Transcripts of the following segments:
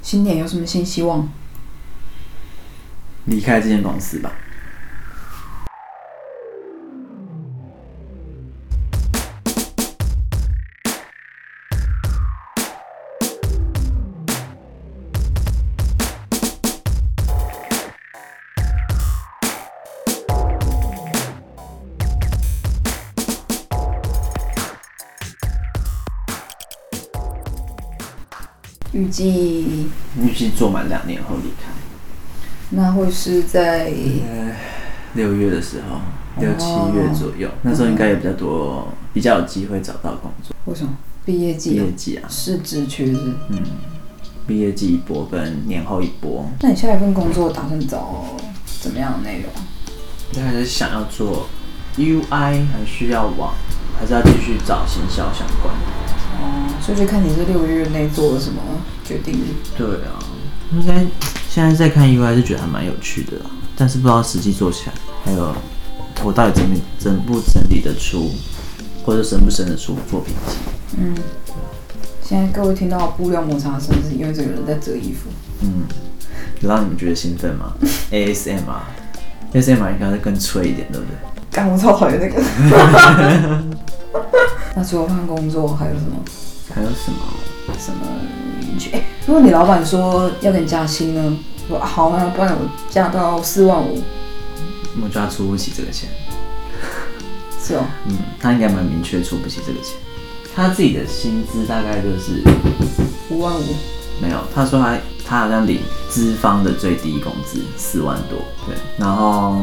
今年有什么新希望？离开这间公司吧。预计预计做满两年后离开，那会是在呃六月的时候，六七哦月左右，那时候应该也比较多，比较有机会找到工作。为什么毕业毕季啊业季啊，是职缺是不是？毕业季一波跟年后一波，那你下一份工作打算找怎么样的内容？那还是想要做 UI，还需要往，还是要继续找行销相关。哦，所以就看你这六个月内做了什么决定。对啊，应该现在在看 UI 是觉得还蛮有趣的啦，但是不知道实际做起来，还有我到底整理整不整理得出，或者生不生得出作品集。现在各位听到布料摩擦声，是因为这个人在折衣服。有让你们觉得兴 奋吗？ASMR，ASMR 应该是更脆一点，对不对？干，我超讨厌这 个。那除了换工作，还有什么还有什么？什么兴趣？哎、如果你老板说要给你加薪呢？我说啊好啊，不然我加到四万五，我觉得他出不起这个钱。是哦，嗯，他应该蛮明确出不起这个钱。他自己的薪资大概就是五万五。没有，他说他他好像领资方的最低工资四万多，对。然后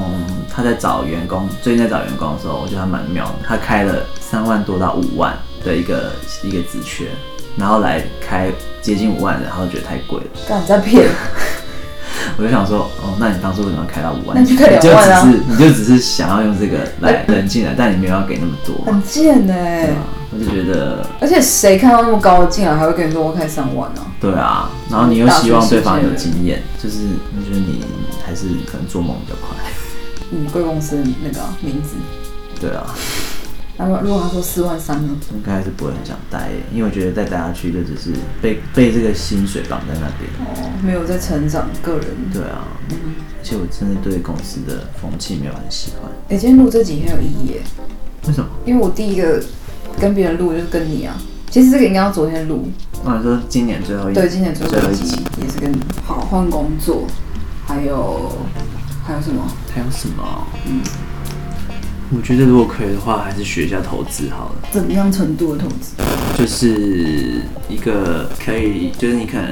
他在找员工，最近在找员工的时候，我觉得他蛮妙的，他开了三万多到五万的一个一个职缺，然后来开接近五万的，然后觉得太贵了。干，你在骗？我就想说，哦，那你当初为什么要开到五万？那你就开两万啊你就只是你就只是想要用这个来人进来，但你没有要给那么多嘛，很贱哎、对啊我就觉得，而且谁看到那么高的进来，还会跟你说我开三万呢、对啊，然后你又希望对方有经验，就是我觉得你还是可能做梦比较快，嗯，贵公司的那个啊名字。对啊，那如果他说四万三呢？应该是不会很想待，因为我觉得再待下去就只是被被这个薪水绑在那边，哦，没有在成长，个人。对啊，而且我真的对公司的风气没有很喜欢，哎、今天录这集很有意义耶，为什么？因为我第一个跟别人录就是跟你啊。其实这个应该要昨天录，那你说今年最后一对，今年最后一最后一集也是跟你。好换工作，还有还有什么？还有什么？嗯，我觉得如果可以的话，还是学一下投资好了。怎么样程度的投资？就是一个可以，就是你可能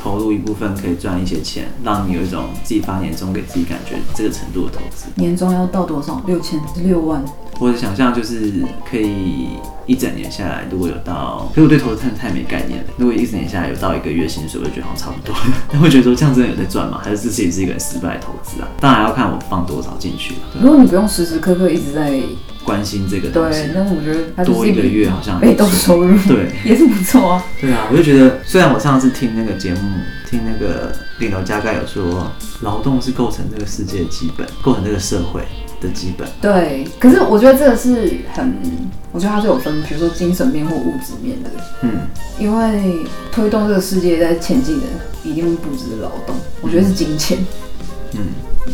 投入一部分可以赚一些钱，让你有一种自己发年终给自己感觉这个程度的投资，年终要到多少？六千、六万？或者想象就是可以一整年下来，如果有到，可是我对投资太太没概念了。如果一整年下来有到一个月薪水，我就觉得好像差不多了。 但会觉得说这样真的有在赚吗？还是这自己是一个很失败的投资啊？当然要看我放多少进去了，对如果你不用时时刻刻一直在关心这个东西对，。那我觉得它就多是一个笔月好像被动收入，对 也是不错啊。对啊，我就觉得，虽然我上次听那个节目，听那个领头加盖有说，劳动是构成这个世界的基本，构成这个社会的基本。对，可是我觉得这个是很，我觉得它是有分，比如说精神面或物质面的，嗯，因为推动这个世界在前进的一定不只是劳动，我觉得是金钱，嗯，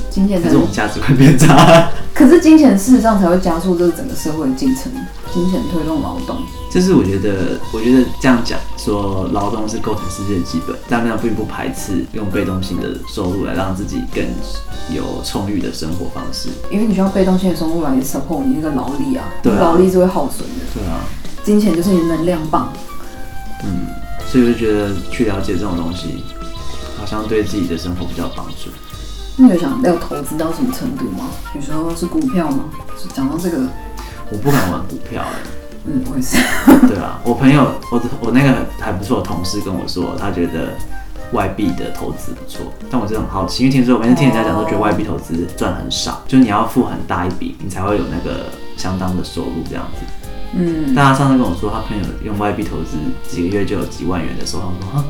金钱才但是是我，们价值观变差， 可是金钱事实上才会加速这个整个社会的进程，金钱推动劳动，就是我觉得，我觉得这样讲说，劳动是构成世界的基本，但那并不排斥用被动性的收入来让自己更有充裕的生活方式。因为你需要被动性的收入来 support 你那个劳力啊，对啊劳力是会耗损的，对啊，金钱就是你的能量棒，所以我就觉得去了解这种东西，好像对自己的生活比较有帮助。那你有想要投资到什么程度吗？比如说是股票吗？是讲到这个，我不敢玩股票、欸。嗯，我也是， 对啊，我朋友，我我那个还不错的同事跟我说，他觉得外币的投资不错，但我真的很好奇，因为听说我每次听人家讲都觉得外币投资赚很少，就是你要付很大一笔，你才会有那个相当的收入这样子。嗯。但他上次跟我说，他朋友用外币投资几个月就有几万元的收入，我说哈，啊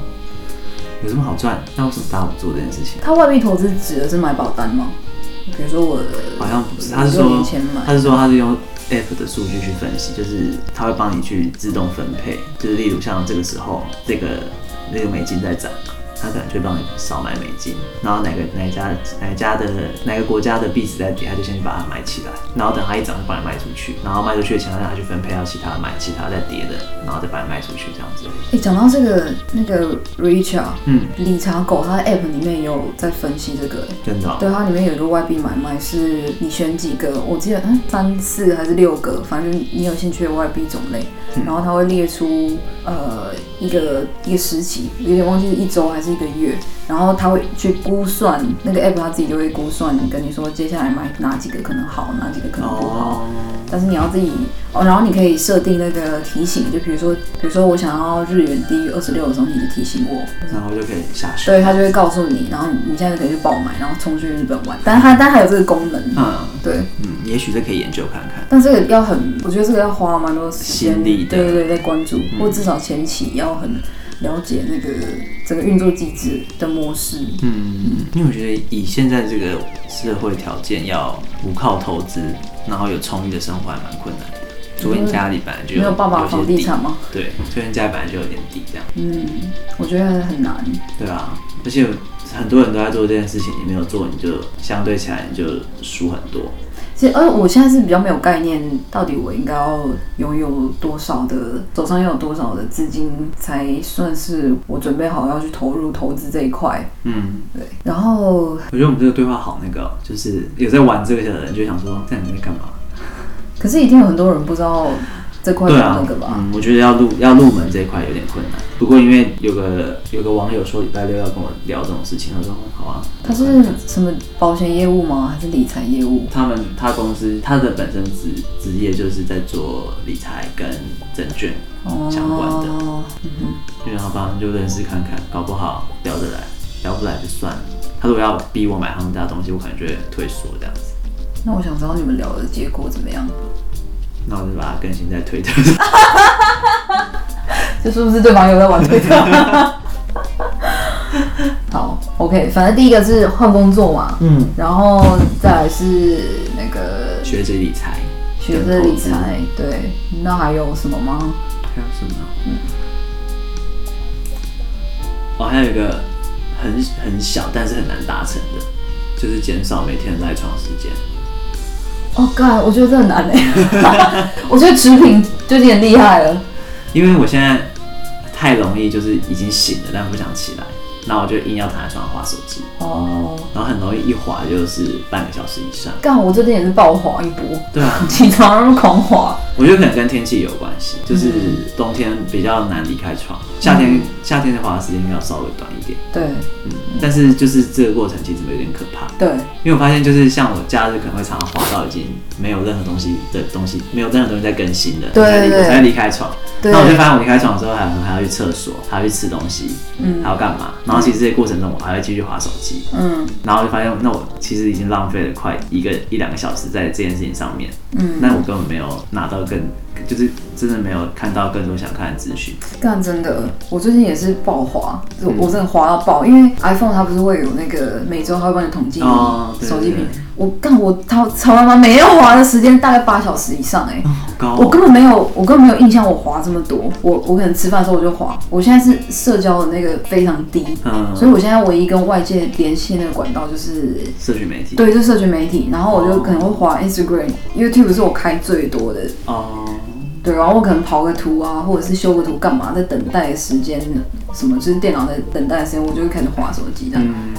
有什么好赚？那为什么大家不做这件事情？他外币投资指的是买保单吗？比如说我好像不是，他是六年说前买，他是说他是用 App 的数据去分析，就是他会帮你去自动分配，就是例如像这个时候这个那个美金在涨，他可能就帮你少买美金，然后哪个哪一家哪一家的哪个国家的币值在跌，他就先去把它买起来，然后等它一涨就把你卖出去，然后卖出去的钱再拿去分配到其他买其他在跌的，然后再把你卖出去这样子。哎、讲到这个，那个 Richard 嗯，理查狗，他的 App 里面有在分析这个、真的哦、对，它里面有一个外币买卖，是你选几个，我记得嗯三四还是六个，反正你有兴趣的外币种类，嗯然后它会列出呃一个一个时期，有点忘记是一周还是一个月，然后它会去估算那个 app 它自己就会估算，跟你说接下来买哪几个可能好，哪几个可能不好。哦，但是你要自己哦，然后你可以设定那个提醒，就比如说，比如说我想要日元低于二十六的时候，你就提醒我，然后就可以下手。所以他就会告诉你，然后你现在就可以去爆买，然后冲去日本玩。但是它但它有这个功能，嗯对。嗯，也许这可以研究看看。但这个要很，我觉得这个要花蛮多时间，心力的嗯对对对，在关注，或至少前期要很了解那个整个运作机制的模式。嗯，因为我觉得以现在这个社会条件，要无靠投资，然后有充裕的生活还蛮困难的。除非你家里本来就嗯没有爸爸有些房地底产吗？对，所以人家本来就有点底，这样，嗯，我觉得很难。对啊。而且很多人都在做这件事情，你没有做，你就相对起来你就输很多。其实，而我现在是比较没有概念，到底我应该要拥有多少的，手上要有多少的资金，才算是我准备好要去投入投资这一块。嗯，对，然后我觉得我们这个对话好那个哦、就是有在玩这个的人就想说，这两个在干嘛？可是一定有很多人不知道这块有对啊那个，吧？嗯，我觉得要入要入门这一块有点困难。不过因为有个有个网友说礼拜六要跟我聊这种事情，我说哦好啊，他是什么保险业务吗？还是理财业务？他们他公司他的本身职职业就是在做理财跟证券相关的，哦，就然后帮就认识看看，搞不好聊得来，聊不来就算了。他如果要逼我买他们家的东西，我可能就会退缩这样子。那我想知道你们聊的结果怎么样？那我就把它更新在推特。 这是不是对方有在玩推特？ 好，OK，反正第一个是换工作嘛，嗯，然后再来是那个学着理财，学生理财，对，那还有什么吗？还有什么？嗯，哦，还有一个很很小但是很难达成的，就是减少每天的赖床时间。哦、oh、，God，我觉得这很难哎， 我觉得持平就已经很厉害了。因为我现在太容易就是已经醒了，但不想起来，那我就硬要躺在床上划手机，哦，然后很容易一划就是半个小时以上。干，我最近也是爆滑一波，对啊， 起床狂滑。我觉得可能跟天气有关系，就是冬天比较难离开床，夏天夏天的滑的时间要稍微短一点。对嗯，但是就是这个过程其实有点可怕，对，因为我发现就是像我假日可能会常常滑到已经没有任何东西的东西，没有任何东西在更新了，对我才离对我才离开床。对那我就发现我离开床之后，还还要去厕所，还要去吃东西，嗯还要干嘛？然后其实这些过程中，我还会继续划手机，嗯然后就发现，那我其实已经浪费了快一个一两个小时在这件事情上面，嗯，那我根本没有拿到更，就是真的没有看到更多想看的资讯。干真的，我最近也是爆滑，嗯我我真的滑到爆，因为 iPhone 它不是会有那个每周它会帮你统计哦你对手机对屏对，我干我操操他妈每天滑的时间大概八小时以上哎、好高、我根哦，本没有，我根本没有印象我滑这么多。我我可能吃饭的时候我就滑，我现在是社交的那个非常低，所嗯，以我现在唯一跟外界联系的那个管道就是社群媒体，对，就社群媒体。然后我就可能会滑 Instagram、YouTube 是我开最多的，哦，对，然后我可能跑个图啊，或者是修个图干嘛，在等待的时间什么，就是电脑在等待的时间，我就会开始划手机这样。嗯，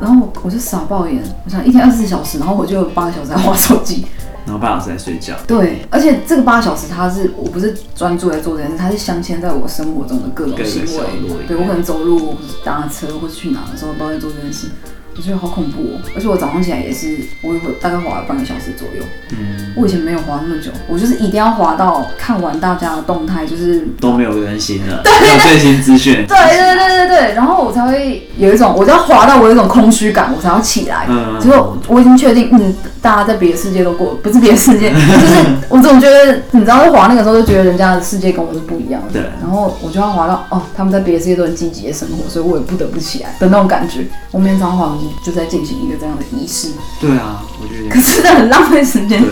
然后我我就傻爆眼，我想一天二十四小时，然后我就有八个小时在划手机。然后半小时在睡觉，对，而且这个八个小时，它是我不是专注在做这件事，它是镶嵌在我生活中的各种各个行角落为。里对我面可能走路、或是搭车或是去哪的时候都在做这件事，我觉得好恐怖哦。而且我早上起来也是，我也会大概滑了半个小时左右。嗯，我以前没有滑那么久，我就是一定要滑到看完大家的动态，就是都没有更新 了，没有最新资讯，对对对对对，然后我才会有一种，我只要滑到我有一种空虚感，我才要起来。嗯结果我已经确定，嗯，大家在别的世界都过，不是别的世界，就是我总觉得，你知道，在滑那个时候就觉得人家的世界跟我是不一样的。对然后我就要滑到，哦，他们在别的世界都很积极的生活，所以我也不得不起来的那种感觉。我每天早上滑就在进行一个这样的仪式，对啊，我觉得有点可是真的很浪费时间。对，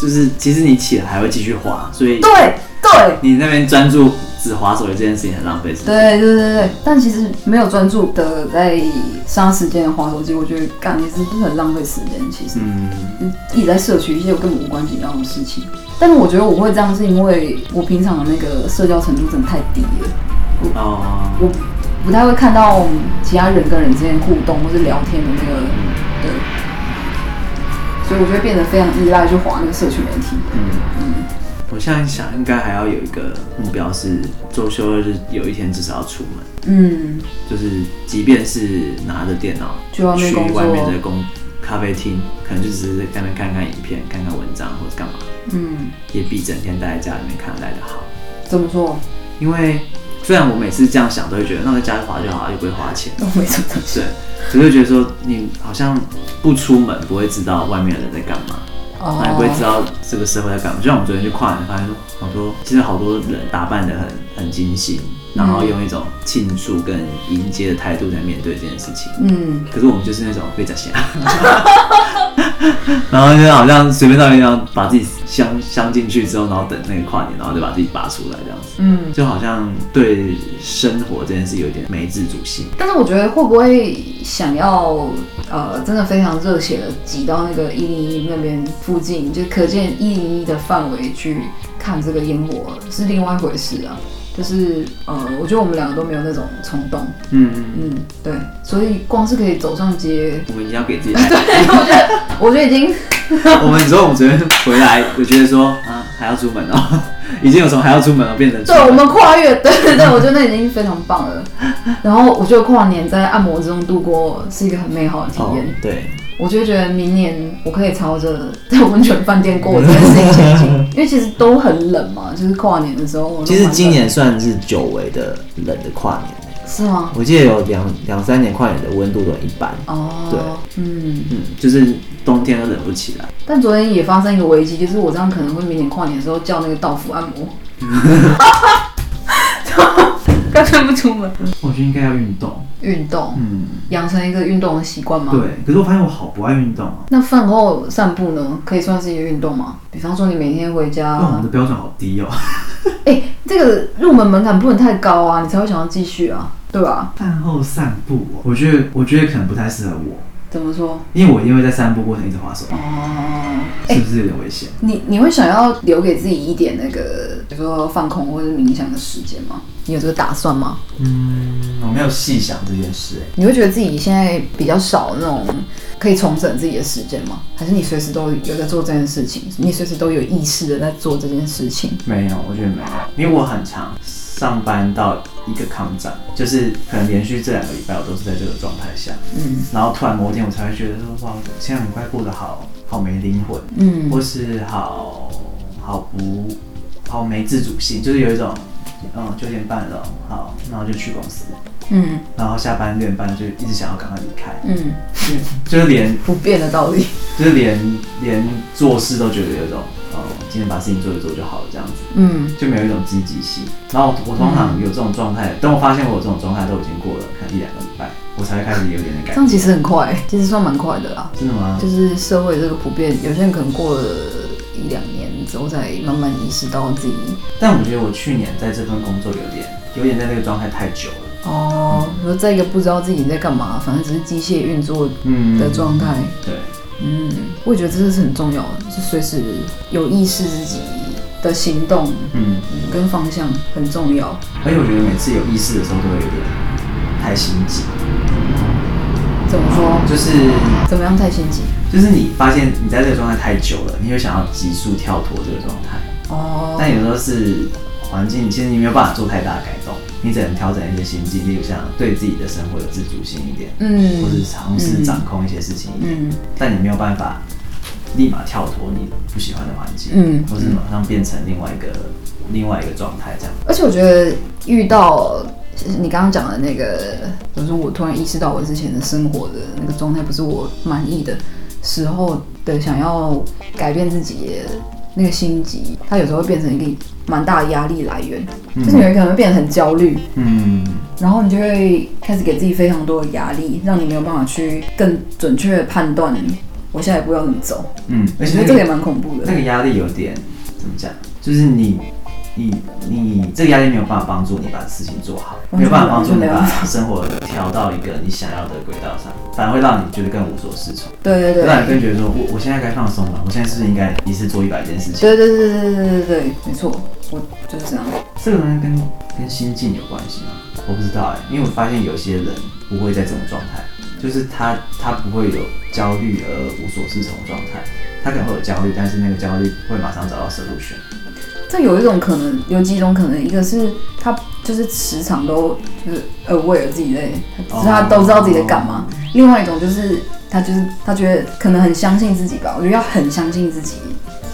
就是其实你起来还会继续滑，所以对对你那边专注只划手机这件事情很浪费时间。对对对对，但其实没有专注的在杀时间的划手机，我觉得干也是不是很浪费时间。其实嗯，一直在摄取一些我根本无关紧要的事情，但是我觉得我会这样是因为我平常的那个社交程度真的太低了。哦，我不太会看到其他人跟人之间互动或是聊天的那个，嗯对，所以我就会变得非常依赖去划那个社群媒体。嗯，我现在想应该还要有一个目标是周休二日有一天至少要出门，嗯，就是即便是拿着电脑去外面去工作外面的工咖啡厅，可能就只是在那边看看影片、看看文章或者干嘛，嗯，也比整天待在家里面看来的好。怎么说？因为虽然我每次这样想都会觉得那在家里滑就好，又不会花钱，我没什么东西。对，只是觉得说你好像不出门不会知道外面的人在干嘛。哦那也不会知道这个社会在干嘛。就像我们昨天去跨年，发现哦好多现在好多人打扮的很很精心，然后用一种庆祝跟迎接的态度在面对这件事情。嗯，可是我们就是那种被假想， 然后就好像随便到一个地方把自己镶镶进去之后，然后等那个跨年，然后就把自己拔出来这样子，嗯，就好像对生活这件事有点没自主性。但是我觉得会不会想要呃，真的非常热血的挤到那个一零一那边附近，就可见一零一的范围去看这个烟火是另外一回事啊。就是呃，我觉得我们两个都没有那种冲动，嗯，嗯，对，所以光是可以走上 街，我们一定要给自己爱。 我觉得已经我们你说我们昨天回来，我觉得说啊还要出门哦， 已经有从还要出门了变成出对门我们跨越，对对 对，我觉得那已经非常棒了。然后我觉得跨年在按摩之中度过是一个很美好的体哦验。对，我就会觉得明年我可以朝着在温泉饭店过这件事情前进，因为其实都很冷嘛，就是跨年的时候。我 都其实蛮今冷年算是久违的冷的跨年，是吗？我记得有两两三年跨年的温度都很一般。哦，对，嗯，嗯，就是冬天都冷不起来，但昨天也发生一个危机，就是我这样可能会明年跨年的时候叫那个道夫 按摩，干脆不出门，我觉得应该要运动。运动，嗯，养成一个运动的习惯吗？对。可是我发现我好不爱运动哦，那饭后散步呢，可以算是一个运动吗？比方说你每天回家，哇，我嗯们的标准好低哦。 哎、这个入门门槛不能太高啊，你才会想要继续啊，对吧？饭后散步哦，我觉得我觉得可能不太适合我，怎么说？因为我因为在散步过程一直划手机，哦，是不是有点危险？你你会想要留给自己一点那个，比如说放空或者冥想的时间吗？你有这个打算吗？嗯，我没有细想这件事、你会觉得自己现在比较少那种可以重整自己的时间吗？还是你随时都有在做这件事情？你随时都有意识的在做这件事情？没有，我觉得没有，因为我很常上班到一个抗战，就是可能连续这两个礼拜我都是在这个状态下，嗯然后突然某一天我才会觉得说，哇，现在很快过得好好没灵魂，嗯或是好好不好没自主性，就是有一种，嗯，九点半了，好，然后就去公司，嗯然后下班六点半就一直想要赶快离开，嗯，就是连不变的道理。就是连连做事都觉得有一种，哦，今天把事情做一做就好了这样子。嗯就没有一种积极性。然后我我通常有这种状态，等我发现我有这种状态都已经过了可能一两个礼拜，我才会开始有点这改。样其实很快、其实算蛮快的啦。真的吗？就是社会这个普遍，有些人可能过了一两年之后才慢慢意识到自己但我觉得我去年在这份工作有点有点在那个状态太久了。哦，说在一个不知道自己在干嘛，反正只是机械运作嗯的状态。对，嗯，我也觉得这是很重要的，就随时有意识自己的行动嗯，嗯跟方向很重要。而且我觉得每次有意识的时候都会有点太心急，怎么说？就是怎么样太心急？就是你发现你在这个状态太久了，你会想要急速跳脱这个状态，哦，但有时候是环境，其实你没有办法做太大的改动，你只能调整一些心境，例如像对自己的生活有自主性一点，嗯或是尝试掌控一些事情一点，嗯但你没有办法立马跳脱你不喜欢的环境，嗯或是马上变成另外一个另外一个状态这样。而且我觉得遇到你刚刚讲的那个，比如说我突然意识到我之前的生活的那个状态不是我满意的时候的，想要改变自己的那个心急，它有时候会变成一个蛮大的压力来源，就是你有可能会变得很焦虑，嗯，然后你就会开始给自己非常多的压力，让你没有办法去更准确的判断我下一步要怎么走。嗯，我而觉且得那这个也个蛮恐怖的那。个压力有点怎么讲，就是你你你这个压力没有办法帮助你把事情做好，完全没有办法帮助你没有把生活调到一个你想要的轨道上，反而会让你觉得更无所适从，对对对，会让你更觉得说，我我现在该放松了，我现在是不是应该一次做一百件事情？对对对对对对对对，没错，我就是这样。这个东西跟跟心境有关系吗？我不知道哎、因为我发现有些人不会在这种状态，就是他他不会有焦虑而无所适从的状态，他可能会有焦虑，但是那个焦虑会马上找到 solution。这有一种可能，有几种可能，一个是他就是时常都就是 aware 自己在，只哦是他都知道自己在干嘛；另外一种就是他就是他觉得可能很相信自己吧，我觉得要很相信自己。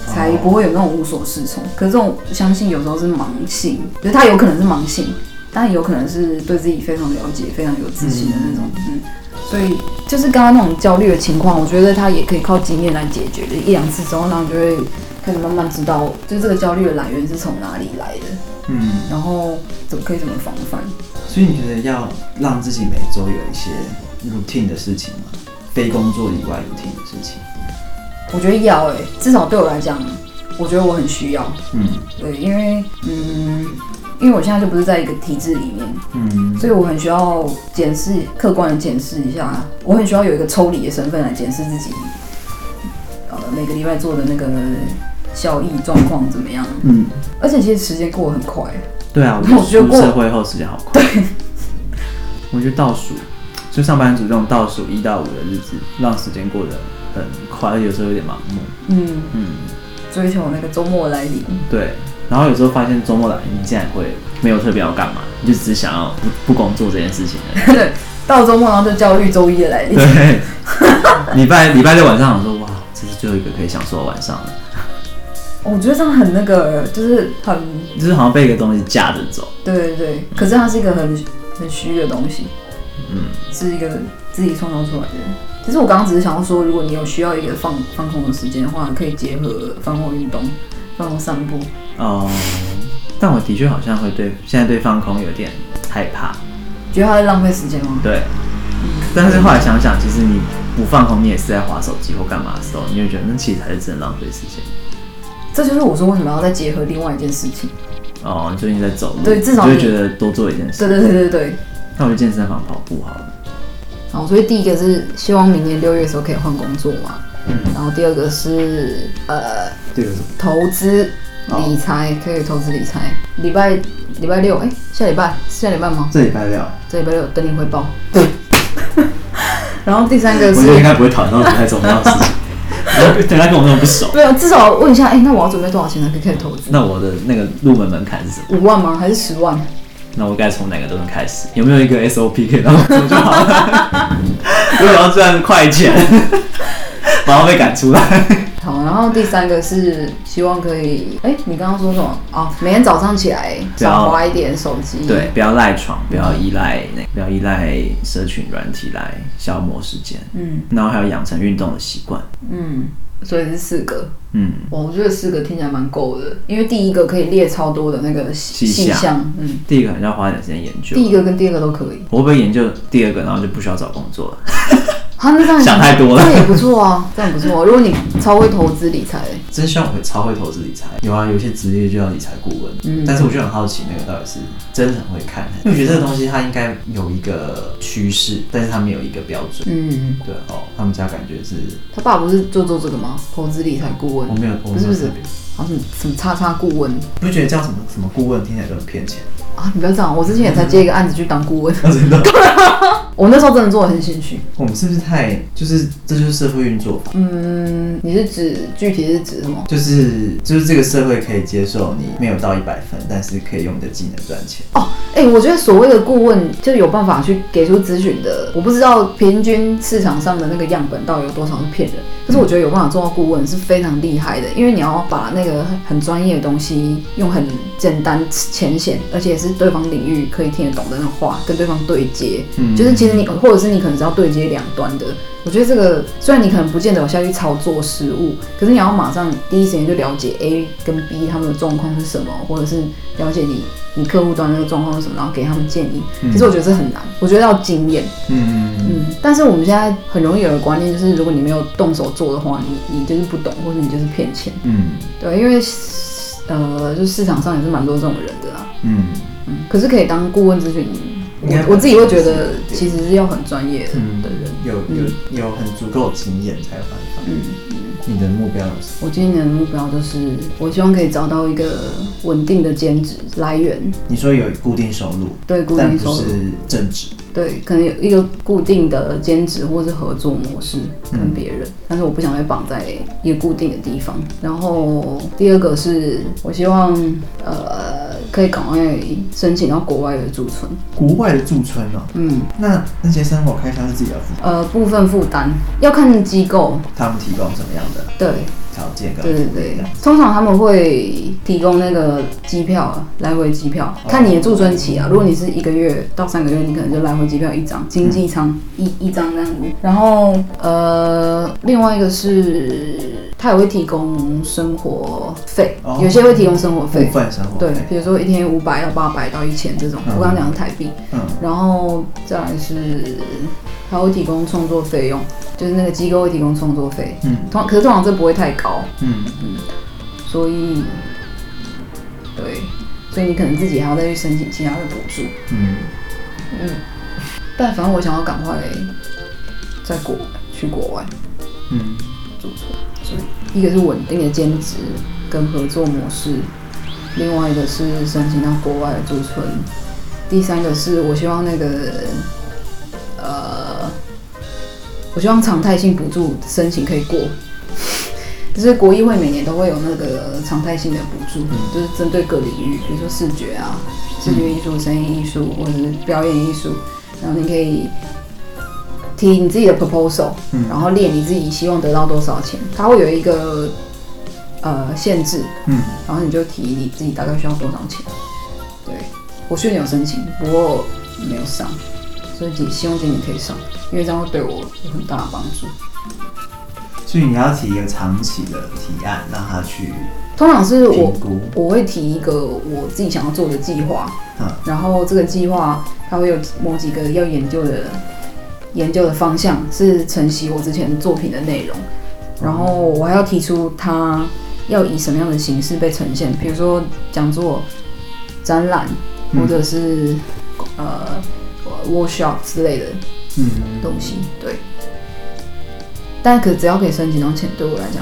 才不会有那种无所适从。可是这种相信有时候是盲信，就是他有可能是盲信，但有可能是对自己非常了解、非常有自信的那种。嗯，所以就是刚刚那种焦虑的情况，我觉得他也可以靠经验来解决。就一两次之后，然后你就会开始慢慢知道，就是这个焦虑的来源是从哪里来的，嗯。然后怎么可以怎么防范。所以你觉得要让自己每周有一些 routine 的事情吗？非工作以外 routine 的事情？我觉得要诶、至少对我来讲，我觉得我很需要。嗯对，因为嗯，因为我现在就不是在一个体制里面，嗯所以我很需要检视，客观的检视一下，我很需要有一个抽离的身份来检视自己，呃，每个礼拜做的那个效益状况怎么样。嗯，而且其实时间过得很快，对啊，我觉得出过社会后时间好快。对， 我觉得倒数，就上班族这种倒数一到五的日子，让时间过得很快，而且有时候有点盲目。嗯，嗯，追求那个周末来临， 对。然后有时候发现周末来，你竟然会没有特别要干嘛，你就只想要不不工作这件事情而已。对，到周末然后就焦虑周一的来临， 对，礼拜礼拜六晚上，我说哇，这是最后一个可以享受的晚上了，我觉得这样很那个，就是很，就是好像被一个东西架着走。对对对，可是它是一个很很虚的东西，嗯，是一个自己创造出来的。其实我刚刚只是想要说，如果你有需要一个放放空的时间的话，可以结合放空运动、放空散步。哦、但我的确好像会对现在对放空有点害怕，觉得他在浪费时间吗？对。但是后来想想，其实你不放空，你也是在划手机或干嘛的时候，你就觉得那其实才是真的浪费时间。这就是我说为什么要再结合另外一件事情。哦、你最近在走路，对至少就会你觉得多做一件事。对对对对对。那我去健身房跑步好了。好，所以第一个是希望明年六月的时候可以换工作嘛。然后第二个是呃对了，投资理财，可以投资理财。礼拜礼拜六，哎、下礼拜下礼拜吗？这礼拜六，啊这礼拜六等你汇报。对。 然后第三个我觉得应是。该不会讨论到太重要的事 情。等他跟我那么不熟，没有，至少问一下，哎、那我要准备多少钱才可以开始投资？那我的那个入门门槛是什么？五万吗？还是十万？那我该从哪个东西开始？有没有一个 SOP 可以让我做就好了？ 如果要赚快钱，马上被赶出来。好，然后第三个是希望可以，哎、你刚刚说什么？哦，每天早上起来不要少划一点手机，对，，不要赖床，不要依赖那，不要依赖社群软体来消磨时间。嗯然后还有养成运动的习惯。嗯，所以是四个。嗯，哇，我觉得四个听起来蛮够的，因为第一个可以列超多的那个细细项项，嗯，第一个还是要花点时间研究。第一个跟第二个都可以。我会不会研究第二个，然后就不需要找工作了？啊，那这样想太多了这样也不错啊，这样不错。如果你超会投资理财，真希望我会超会投资理财。有啊，有一些职业就叫理财顾问，嗯但是我就很好奇那个到底是真的很会看，因为我觉得这个东西它应该有一个趋势，但是它没有一个标准。嗯，对哦，他们家感觉是他爸不是就做这个吗？投资理财顾问嗯我，没有，我不没是有不是特别，好像什么什么叉叉顾问不觉得叫什么什么顾问听起来都很骗钱， 啊，你不要这样，我之前也才接一个案子去当顾问， 真的。我那时候真的做的很兴趣。我们是不是太就是这就是社会运作法，嗯，你是指具体是指什么？就是就是这个社会可以接受你没有到一百分，但是可以用你的技能赚钱。哦，哎、我觉得所谓的顾问就有办法去给出咨询的，我不知道平均市场上的那个样本到底有多少是骗人，但是我觉得有办法做到顾问是非常厉害的，因为你要把那个很专业的东西用很简单、浅显，而且是对方领域可以听得懂的那种话跟对方对接，嗯就是其实你或者是你可能只要对接两端的。我觉得这个虽然你可能不见得有下去操作实物，可是你要马上第一时间就了解 A 跟 B 他们的状况是什么，或者是了解你你客户端那个状况是什么，然后给他们建议。其实我觉得这很难，我觉得要经验。嗯，嗯，但是我们现在很容易有个观念，就是如果你没有动手做的话，你你就是不懂，或者你就是骗钱。嗯对，因为呃，就市场上也是蛮多这种人的啊。嗯，嗯，可是可以当顾问咨询，应该我我自己会觉得对其实是要很专业的嗯人。有有有很足够的经验才有办法。嗯，你的目标是我今年的目标就是，我希望可以找到一个稳定的兼职来源，你说有固定收入，对固但定收不入，是正职，对，可能有一个固定的兼职或是合作模式嗯跟别人，但是我不想被绑在一个固定的地方。然后第二个是我希望呃可以赶快申请到国外的驻村，国外的驻村哦。嗯，那那些生活开销是自己要付，呃部分负担要看机构，他们提供什么样的对条件跟对对福利对这样，通常他们会提供那个机票啊，来回机票，哦看你的驻村期啊。如果你是一个月到三个月，你可能就来回机票一嗯张，经济舱、一一张这样子。然后呃，另外一个是他也会提供生活费，哦有些会提供生活费部。分生活对费，，比如说一天五百到八百到一千这种，嗯我刚刚讲的台币，嗯，然后再来是还会提供创作费用，就是那个机构会提供创作费，嗯通可是通常这不会太高，嗯，所以，对，所以你可能自己还要再去申请其他的补助。嗯，但反正我想要赶快在国去国外嗯，驻村，所以一个是稳定的兼职跟合作模式，另外一个是申请到国外的驻村，第三个是我希望那个呃，我希望常态性补助申请可以过。 就是国议会每年都会有那个常态性的补助，就是针对各领域，比如说视觉啊、视觉艺术、声音艺术或者是表演艺术，然后你可以提你自己的 proposal，、嗯然后列你自己希望得到多少钱，它会有一个呃限制，嗯，然后你就提你自己大概需要多少钱。对，我去年有申请，不过没有上，所以希望今年可以上，因为这样会对我有很大的帮助。所以你要提一个长期的提案，让他去通常是我评估，我会提一个我自己想要做的计划，嗯然后这个计划它会有某几个要研究的研究的方向，是承袭我之前作品的内容，然后我还要提出它要以什么样的形式被呈现，比如说讲座、展览，嗯或者是、呃 workshop 之类的嗯，东西，对。但可只要可以申请到钱，对我来讲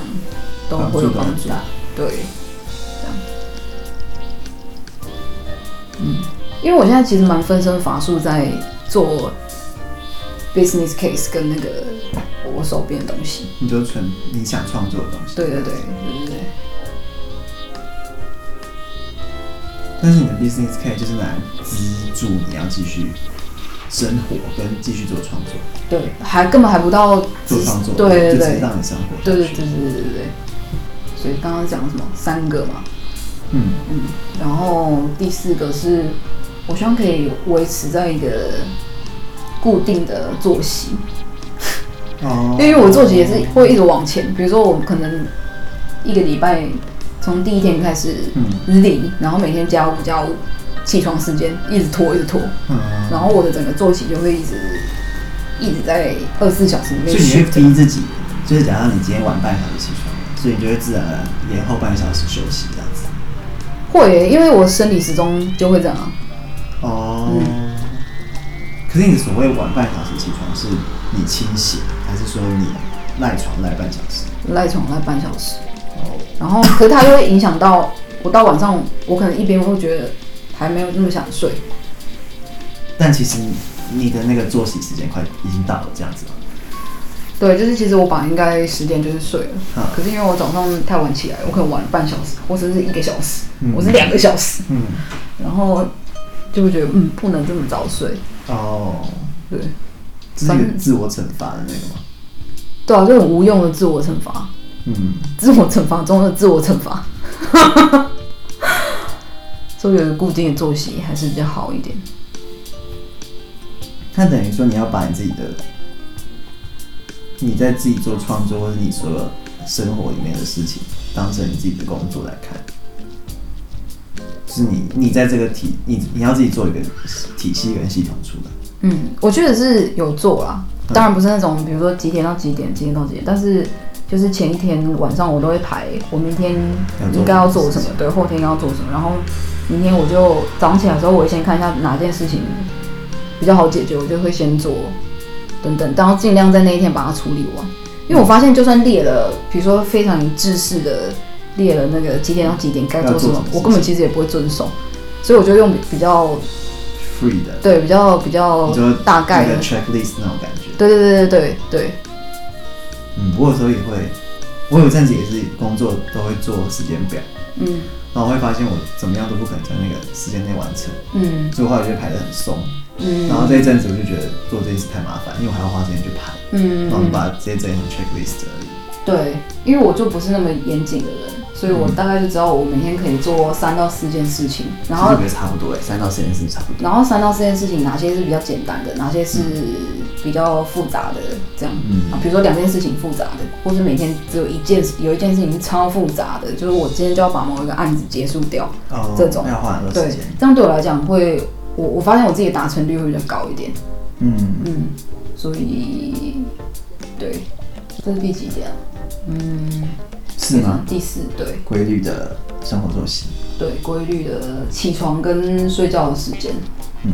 都帮会有助帮很助大。对，这样。嗯，因为我现在其实蛮分身乏术，在做 business case 跟那个我手边的东西。你就纯你想创作的东西，对对对对对对，但是你的 business case 就是拿来资助你要继续生活跟继续做创作，对，还根本还不到做创作，对对对就只是让你生活下去，对对对对对对对。所以刚刚讲什么三个嘛，嗯然后第四个是，我希望可以维持在一个固定的作息，哦，因为我作息也是会一直往前，比如说我可能一个礼拜从第一天开始嗯零，然后每天加五加五，起床时间一直拖一直拖，嗯，然后我的整个作息就会一直一直在二十四小时里面所以你会 shift。逼自己，就是假如你今天晚半小时起床，所以你就会自然而然延后半个小时休息这样子，会耶，因为我生理时钟就会这样啊。哦。嗯可是你所谓晚半小时起床，是你清醒，还是说你赖床赖半小时？赖床赖半小时，哦，然后可是它又会影响到我到晚上，我可能一边会觉得还没有那么想睡，但其实你的那个作息时间快已经到了，这样子嘛。对，就是其实我本来应该十点就是睡了，嗯可是因为我早上太晚起来，我可能晚了半小时，或甚至一个小时，嗯我是两个小时，嗯，然后就会觉得嗯，不能这么早睡，哦，对，这是一个自我惩罚的那个吗？对啊，这种无用的自我惩罚，嗯，自我惩罚中的自我惩罚， 所以有一个固定的作息还是比较好一点。那等于说你要把你自己的，你在自己做创作或者你所有生活里面的事情，当成你自己的工作来看。就是你，你在这个体，你你要自己做一个体系跟系统出来。嗯嗯，我觉得是有做啦，当然不是那种比如说几点到几点，几点到几点，但是就是前一天晚上我都会排我明天要做应该要做什么，对，后天要做什么，然后明天我就早上起来的时候，我会先看一下哪件事情比较好解决，我就会先做，等等，然后尽量在那一天把它处理完。嗯因为我发现，就算列了，比如说非常制式的列了那个几点到几点该做什要做什么么事，情我根本其实也不会遵守，所以我就用比较 free 的，对比较比较你说哦大概那的个 checklist 那种感觉。对对对对对对，嗯，我有时候也会，我有阵子也是工作都会做时间表，嗯然后我会发现我怎么样都不可能在那个时间内完成，嗯所以我后来就排得很松。嗯，然后这一阵子我就觉得做这件事太麻烦，因为我还要花时间去排，嗯然后嗯把这一整很 checklist 而已。对，因为我就不是那么严谨的人，所以我大概就知道我每天可以做三到四件事情，然其实后我觉得差不多哎，三到四件事差不多。然后三到四件事情哪些是比较简单的，哪些是比较复杂的，这样。嗯啊，比如说两件事情复杂的，或是每天只有一件，有一件事情是超复杂的，就是我今天就要把某一个案子结束掉，哦，这种那要花很多对时间。，这样对我来讲会，我我发现我自己的达成率会比较高一点，嗯，嗯，所以对，这是第几点啊？嗯，是吗？第四，对嗯规律的生活作息，对，规律的起床跟睡觉的时间。嗯，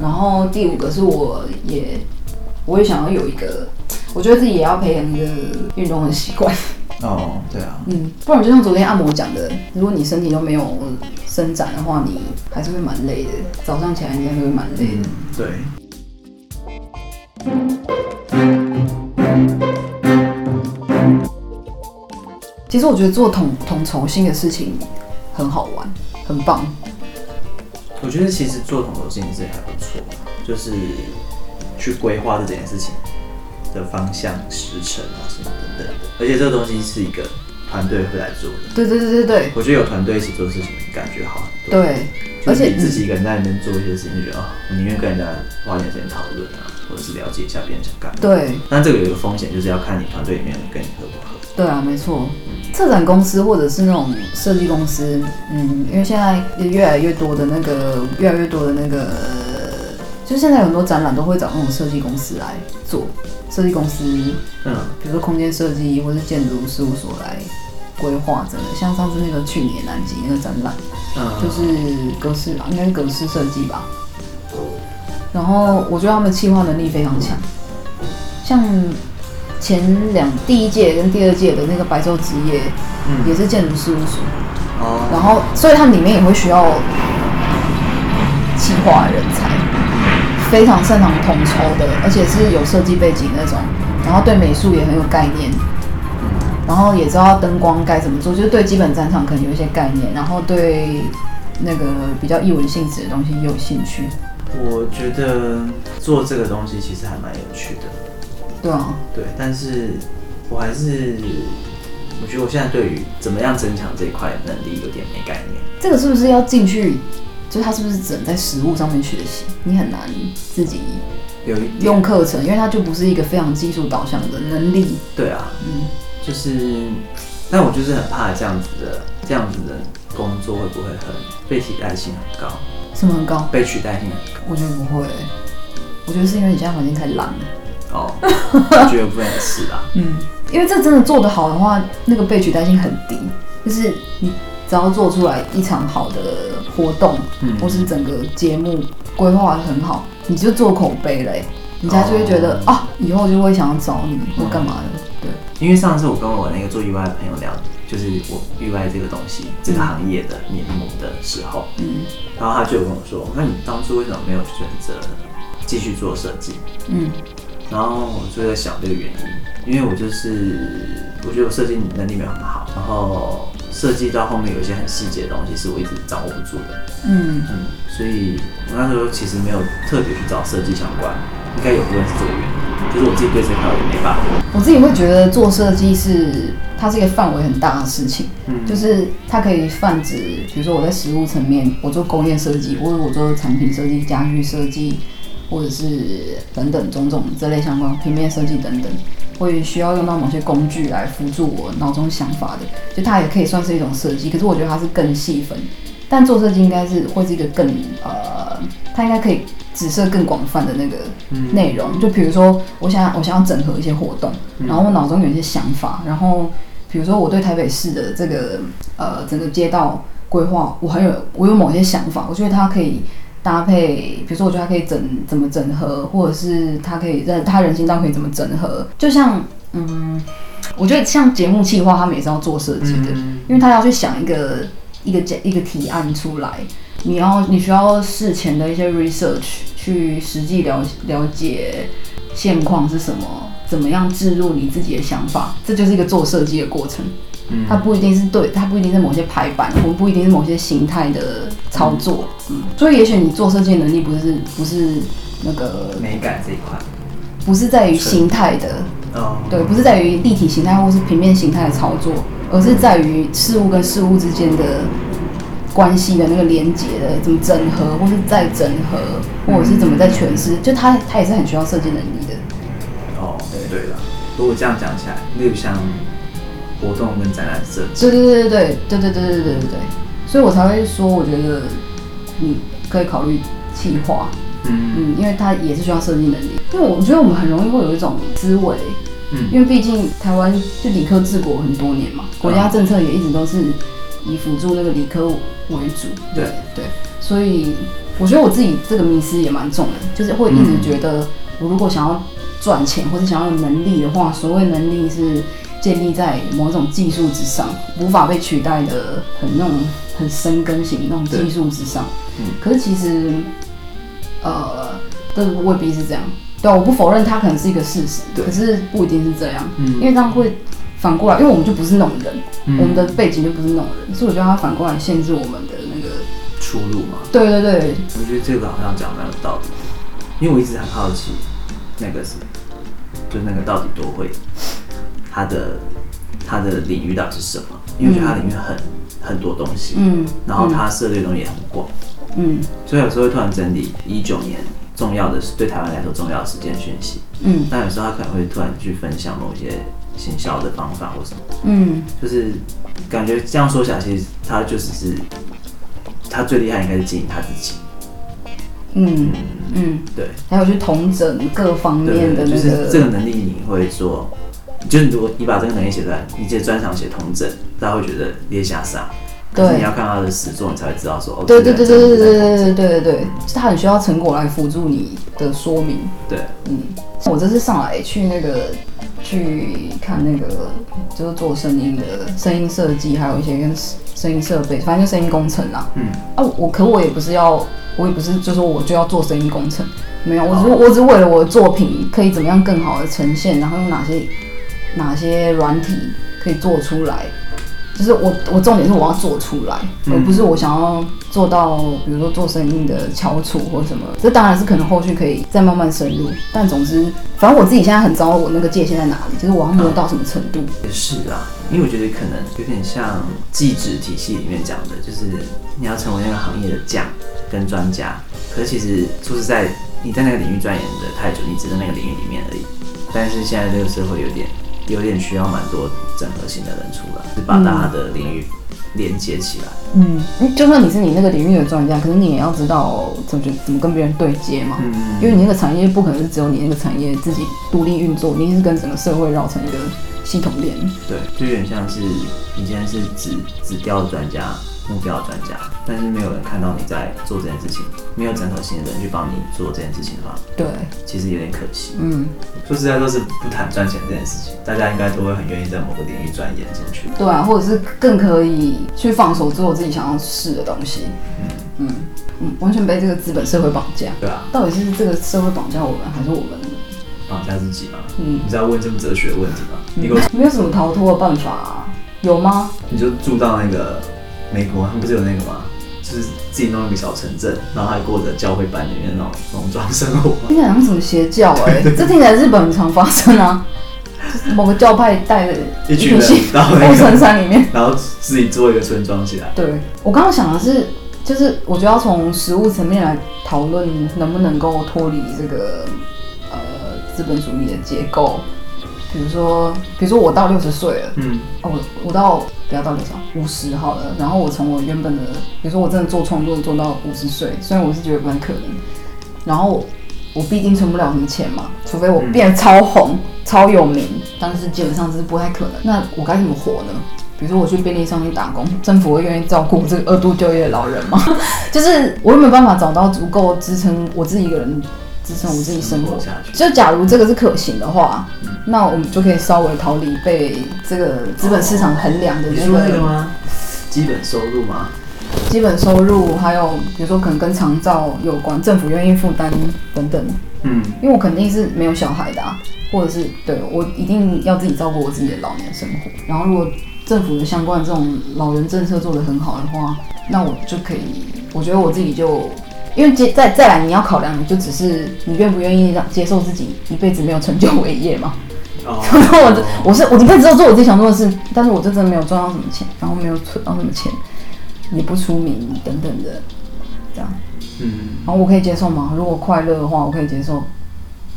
然后第五个是我也，我也想要有一个，我觉得自己也要培养一个运动的习惯。哦，对啊， 嗯，不然就像昨天按摩讲的，如果你身体都没有伸展的话，你还是会蛮累的。早上起来应该会蛮累嗯的。，对。其实我觉得做统统筹性的事情很好玩，很棒。我觉得其实做统筹性是还不错，就是去规划这件事情的方向、时程啊什么等等的，而且这个东西是一个团队会来做的。对对对对对我觉得有团队一起做事情，感觉好很多。对，就而是且你自己一个人在那边做一些事情，就觉得啊、我宁愿跟人家花点时间讨论啊，或者是了解一下别人想干嘛。对。但这个有一个风险，就是要看你团队里面跟你合不合。对啊，没错，策展公司或者是那种设计公司，嗯，因为现在也越来越多的那个，越来越多的那个，就现在有很多展览都会找那种设计公司来做，设计公司，嗯，比如说空间设计或是建筑事务所来规划整个，像上次那个去年南极那个展览，嗯就是格式吧，应该是格式设计吧。然后我觉得他们企划能力非常强，像前两第一届跟第二届的那个白昼职业嗯也是建筑事务所，哦，然后所以他们里面也会需要企划人才，非常擅长统筹的，而且是有设计背景那种，然后对美术也很有概念，然后也知道灯光该怎么做，就是对基本战场可能有一些概念，然后对那个比较艺文性质的东西也有兴趣，我觉得做这个东西其实还蛮有趣的。对啊，对，但是我还是，我觉得我现在对于怎么样增强这一块能力有点没概念。这个是不是要进去？就是他是不是只能在实物上面学习？你很难自己有一点，用课程，因为它就不是一个非常技术导向的能力。对啊，嗯，就是，但我就是很怕这样子的，这样子的工作会不会很被替代性很高，什么很高？被取代性很高？我觉得不会欸、我觉得是因为你现在环境太烂了。哦，我觉得不能是啦。嗯，因为这真的做得好的话，那个被取代性很低，就是你只要做出来一场好的活动，嗯或是整个节目规划得很好，你就做口碑嘞、人家就会觉得、哦啊，以后就会想要找你或干嘛的。对，因为上次我跟我那个做 UI 的朋友聊，就是我 UI 这个东西这个行业的面目的时候，嗯然后他就有跟我说，那你当初为什么没有选择继续做设计？嗯然后我就在想这个原因，因为我就是我觉得我设计能力没有很好，然后设计到后面有一些很细节的东西是我一直掌握不住的，嗯嗯，所以我那时候其实没有特别去找设计相关，应该有部分是这个原因，就是我自己对这块我也没把握，我自己会觉得做设计是它是一个范围很大的事情，嗯就是它可以泛指，比如说我在实物层面，我做工业设计，或者我做产品设计、家具设计，或者是等等种种这类相关平面设计等等，会需要用到某些工具来辅助我脑中想法的，就它也可以算是一种设计，可是我觉得它是更细分，但做设计应该是会是一个更呃，它应该可以紫色更广泛的那个嗯内容。就比如说，我想我想要整合一些活动，然后我脑中有一些想法，然后比如说我对台北市的这个呃整个街道规划，我很有我有某些想法，我觉得它可以。搭配，比如说，我觉得它可以整怎么整合，或者是它可以在它人行道可以怎么整合，就像嗯，我觉得像节目企划，他们也是要做设计嗯的，嗯因为他要去想一个一个简一个提案出来，你要你需要事前的一些 research 去实际了了解现况是什么，怎么样置入你自己的想法，这就是一个做设计的过程。嗯它不一定是对，它不一定是某些排版，我们不一定是某些形态的操作，嗯，所以也许你做设计的能力不是不是那个嗯美感这一块，不是在于形态的，哦，对，不是在于立体形态或是平面形态的操作，而是在于事物跟事物之间的关系的那个连接的怎么整合，或是再整合，或者是怎么在诠释，就它它也是很需要设计能力的。哦，对了，如果这样讲起来，例如像活动跟展览设计，对对对对对对对对对对对对，所以我才会说，我觉得你可以考虑企划，嗯嗯，因为它也是需要设计能力。因为我觉得我们很容易会有一种思维，嗯啊因为毕竟台湾就理科治国很多年嘛，国家政策也一直都是以辅助那个理科为主，对对，所以我觉得我自己这个迷失也蛮重的，就是会一直觉嗯得我如果想要赚钱或者想要有能力的话，所谓能力是建立在某种技术之上，无法被取代的很那种很深根型那种技术之上。嗯可是其实，呃，但未必是这样。对，我不否认它可能是一个事实，对可是不一定是这样，嗯因为这样会反过来，因为我们就不是那种人，嗯我们的背景就不是那种人，所以我觉得它反过来限制我们的那个。出路嘛，对对对，我觉得这个好像讲得蛮有道理，因为我一直很好奇那个是，就那个到底多会，他的他的领域到底是什么？因为我觉得他领域很、很多东西，嗯，然后他涉猎的东西也很广，嗯所以有时候会突然整理一九年重要的对台湾来说重要的时间讯息，嗯但有时候他可能会突然去分享某些行销的方法或什么。嗯就是感觉这样说起来，其实他就只是他最厉害应该是经营他自己，嗯嗯，对还有去统整各方对面的对对，就那是这个，个能力你会说，就是如果你把这个能力写出来，你这专场写通证，大家会觉得列下傻。可是对你要看他的实作，你才会知道说哦，对这对个对人对真的对对对在对对对，就是它很需要成果来辅助你的说明。对，嗯，我这次上来去那个去看那个，就是做声音的声音设计，还有一些跟声音设备，反正就声音工程啦。嗯，啊，我可我也不是要，我也不是就说我就要做声音工程，没有，我只是、我只是为了我的作品可以怎么样更好的呈现，然后用哪些哪些软体可以做出来。就是我，我重点是我要做出来，而不是我想要做到，比如说做声音的翘楚或什么。这当然是可能后续可以再慢慢深入，但总之，反正我自己现在很知道我那个界限在哪里，就是我要摸到什么程度。也是啊，因为我觉得可能有点像技职体系里面讲的，就是你要成为那个行业的匠跟专家。可是其实说实在，你在那个领域钻研的太久，你只是那个领域里面而已。但是现在这个社会有点有点需要蛮多整合型的人出来，就是把大家的领域连接起来。嗯，就算你是你那个领域的专家，可是你也要知道怎么去怎么跟别人对接嘛。嗯，因为你那个产业不可能是只有你那个产业自己独立运作，你是跟整个社会绕成一个系统链。对，就有点像是你今天是指指标的专家、目标的专家，但是没有人看到你在做这件事情，没有整合型的人去帮你做这件事情的话，对，其实有点可惜。嗯，说实在，都是不谈赚钱这件事情，大家应该都会很愿意在某个领域钻研进去。对啊，或者是更可以去放手做自己想要试的东西。嗯嗯，完全被这个资本社会绑架。对啊，到底是这个社会绑架我们，还是我们？绑架自己嘛，嗯，你知道问这么哲学的问题吗？你给我，没有什么逃脱的办法、啊，有吗？你就住到那个美国，他们不是有那个吗？就是自己弄一个小城镇，然后还过着教会版里面那种农庄生活嘛。听起来像什么邪教 哎、这听起来日本很常发生啊，就是某个教派带的一群人信 到那个欧神山里面。然后自己做一个村庄起来，对我刚刚想的是，就是我觉得要从实物层面来讨论，能不能够脱离这个呃资本主义的结构。比如说，比如说我到六十岁了，嗯，哦，我我到不要到多少，五十好了。然后我从我原本的，比如说我真的做创作做到五十岁，虽然我是觉得不太可能，然后我我毕竟存不了什么钱嘛，除非我变得超红、超有名，但是基本上这是不太可能。那我该怎么活呢？比如说我去便利商店打工，政府会愿意照顾这个二度就业的老人吗？ 就是我有没有办法找到足够支撑我自己一个人支撑我自己生活活？下去。就假如这个是可行的话，那我们就可以稍微逃离被这个资本市场衡量的哦你那说那个个吗？基本收入吗？基本收入，还有比如说可能跟长照有关，政府愿意负担等等。嗯，因为我肯定是没有小孩的、啊，或者是对我一定要自己照顾我自己的老年生活。然后如果政府的相关这种老人政策做得很好的话，那我就可以，我觉得我自己就。因为接再再来，你要考量，就只是你愿不愿意让接受自己一辈子没有成就伟业嘛？哦我这我是我一辈子都做我自己想做的事，但是我这真的没有赚到什么钱，然后没有存到什么钱，也不出名等等的，这样。嗯，然后我可以接受吗？如果快乐的话，我可以接受，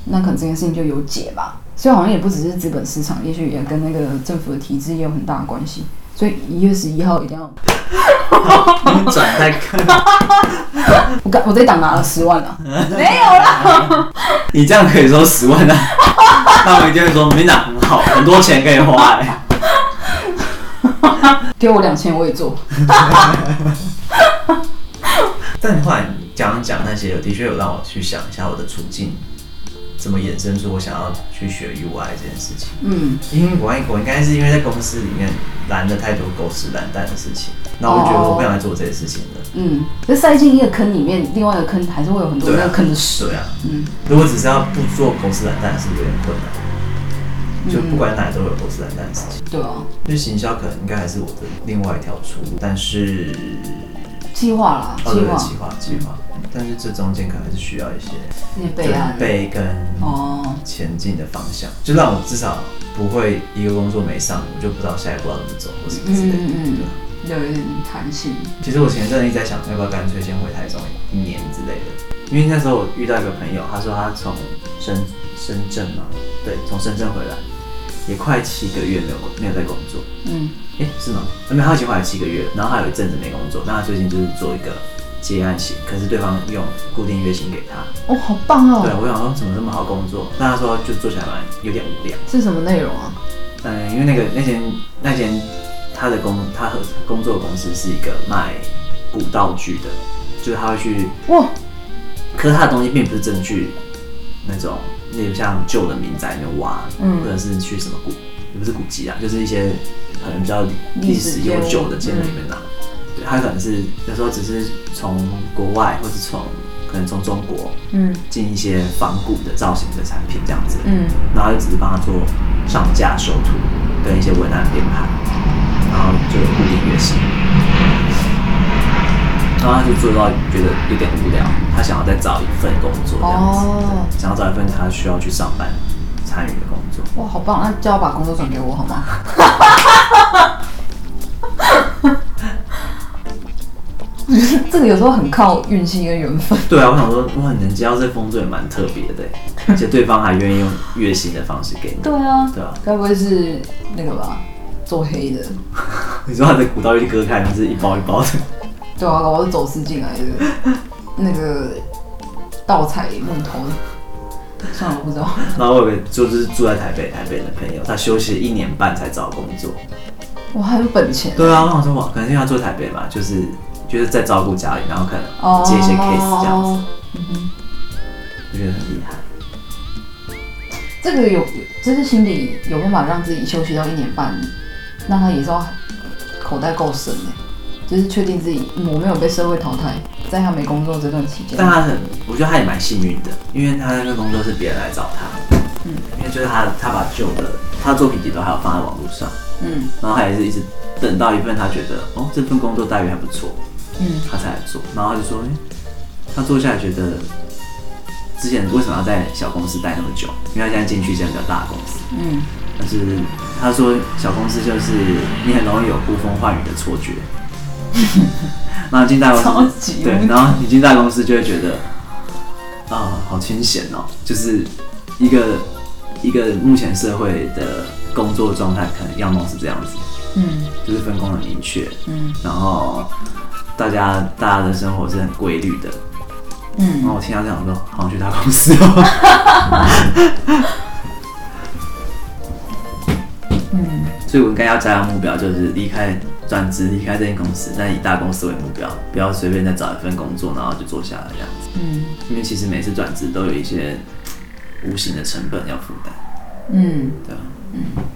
那可能这件事情就有解吧。所以好像也不只是资本市场，也许也跟那个政府的体制也有很大的关系。所以一月十一号一定要，你转太快，我刚我这一档拿了十万了，你这样可以收十万啊， 那我一定会说民党很好，很多钱可以花、欸。给我两千我也做。但你后来你刚刚讲那些，的确有让我去想一下我的处境，怎么衍生出我想要去学 UI 这件事情。嗯，因为我爱国，应该是因为在公司里面揽了太多狗屎烂蛋的事情，然后我就觉得我不想再做这些事情了。嗯，可是塞进一个坑里面，另外一个坑还是会有很多对啊那个坑的屎。对啊，嗯，如果只是要不做狗屎烂蛋，是有点困难。就不管哪里都有狗屎烂蛋的事情，对啊，就行销可能应该还是我的另外一条出路，但是计划啦，哦计对，划，计划计划，但是这中间可能还是需要一些那些备案准。备跟哦，前进的方向，就让我至少不会一个工作没上，我就不知道下一步要怎么走或什么之类的。嗯嗯嗯对啊有一点弹性。其实我前阵子一直在想，要不要干脆先回台中一年之类的，因为那时候我遇到一个朋友，他说他从深深圳嘛，对，从深圳回来，也快七个月没有没有在工作，嗯诶，是吗？没有，他已经回来七个月了，然后他有一阵子没工作，那他最近就是做一个接案型，可是对方用固定月薪给他，哦，好棒对哦！我想说怎么那么好工作，那他说就做起来蛮有点无聊。是什么内容啊？嗯，因为那个那间那间他的工他和工作的公司是一个卖古道具的，就是他会去，哇，可是他的东西并不是真的去那种，例如像旧的民宅里面挖，嗯或者是去什么古，也不是古迹啊，就是一些可能比较历历史史建悠物久的建筑里面拿。啊嗯对，他可能是有时候只是从国外，或是从可能从中国嗯进一些仿古的造型的产品这样子。嗯，然后就只是帮他做上架修图跟一些文案编排，然后就有固定月薪。然后他就做到觉得有点无聊，他想要再找一份工作这样子，哦对想要找一份他需要去上班参与的工作。哇，好棒！那就要把工作转给我好吗？我觉得 这个有时候很靠运气跟缘分。对啊，我想说，哇，你能接到这工作也蛮特别的欸，而且对方还愿意用月薪的方式给你。对啊，对啊，该不会是那个吧？做黑的，你说他的古道具割开，就是一包一包的， 对啊，我是走私进来的，那个盗采木头的。算了，我不知道。然后我有个就是住在台北台北的朋友，他休息了一年半才找工作，我还有本钱。对啊，我想说哇，可能因为他住台北嘛，就是就是在照顾家里，然后可哦能接一些 case 这样子，我觉得很厉害。这个有，就是心里有办法让自己休息到一年半，那他也是要口袋够深的，就是确定自己嗯我没有被社会淘汰，在他没工作这段期间但，他很，我觉得他也蛮幸运的，因为他那个工作是别人来找他，嗯，因为就是他他把旧的他的作品集都还有放在网络上，嗯然后他也是一直等到一份他觉得哦这份工作待遇还不错，嗯，他才来做，然后他就说，哎、他做下来觉得。之前为什么要在小公司待那么久？因为他现在进去一间比较大的公司，嗯，但是他说小公司就是你很容易有呼风唤雨的错 觉，然后进大超公司级对，然后你进大公司就会觉得啊、好清闲哦，就是一个一个目前社会的工作状态可能样貌是这样子，嗯就是分工很明确，嗯然后大家大家的生活是很规律的，嗯然后我听到这样，我说好想去他公司哦。 嗯，所以我应该要加个目标，就是离开转职，离开这间公司，但以大公司为目标，不要随便再找一份工作，然后就做下来这样子。嗯因为其实每次转职都有一些无形的成本要负担，嗯对吧？啊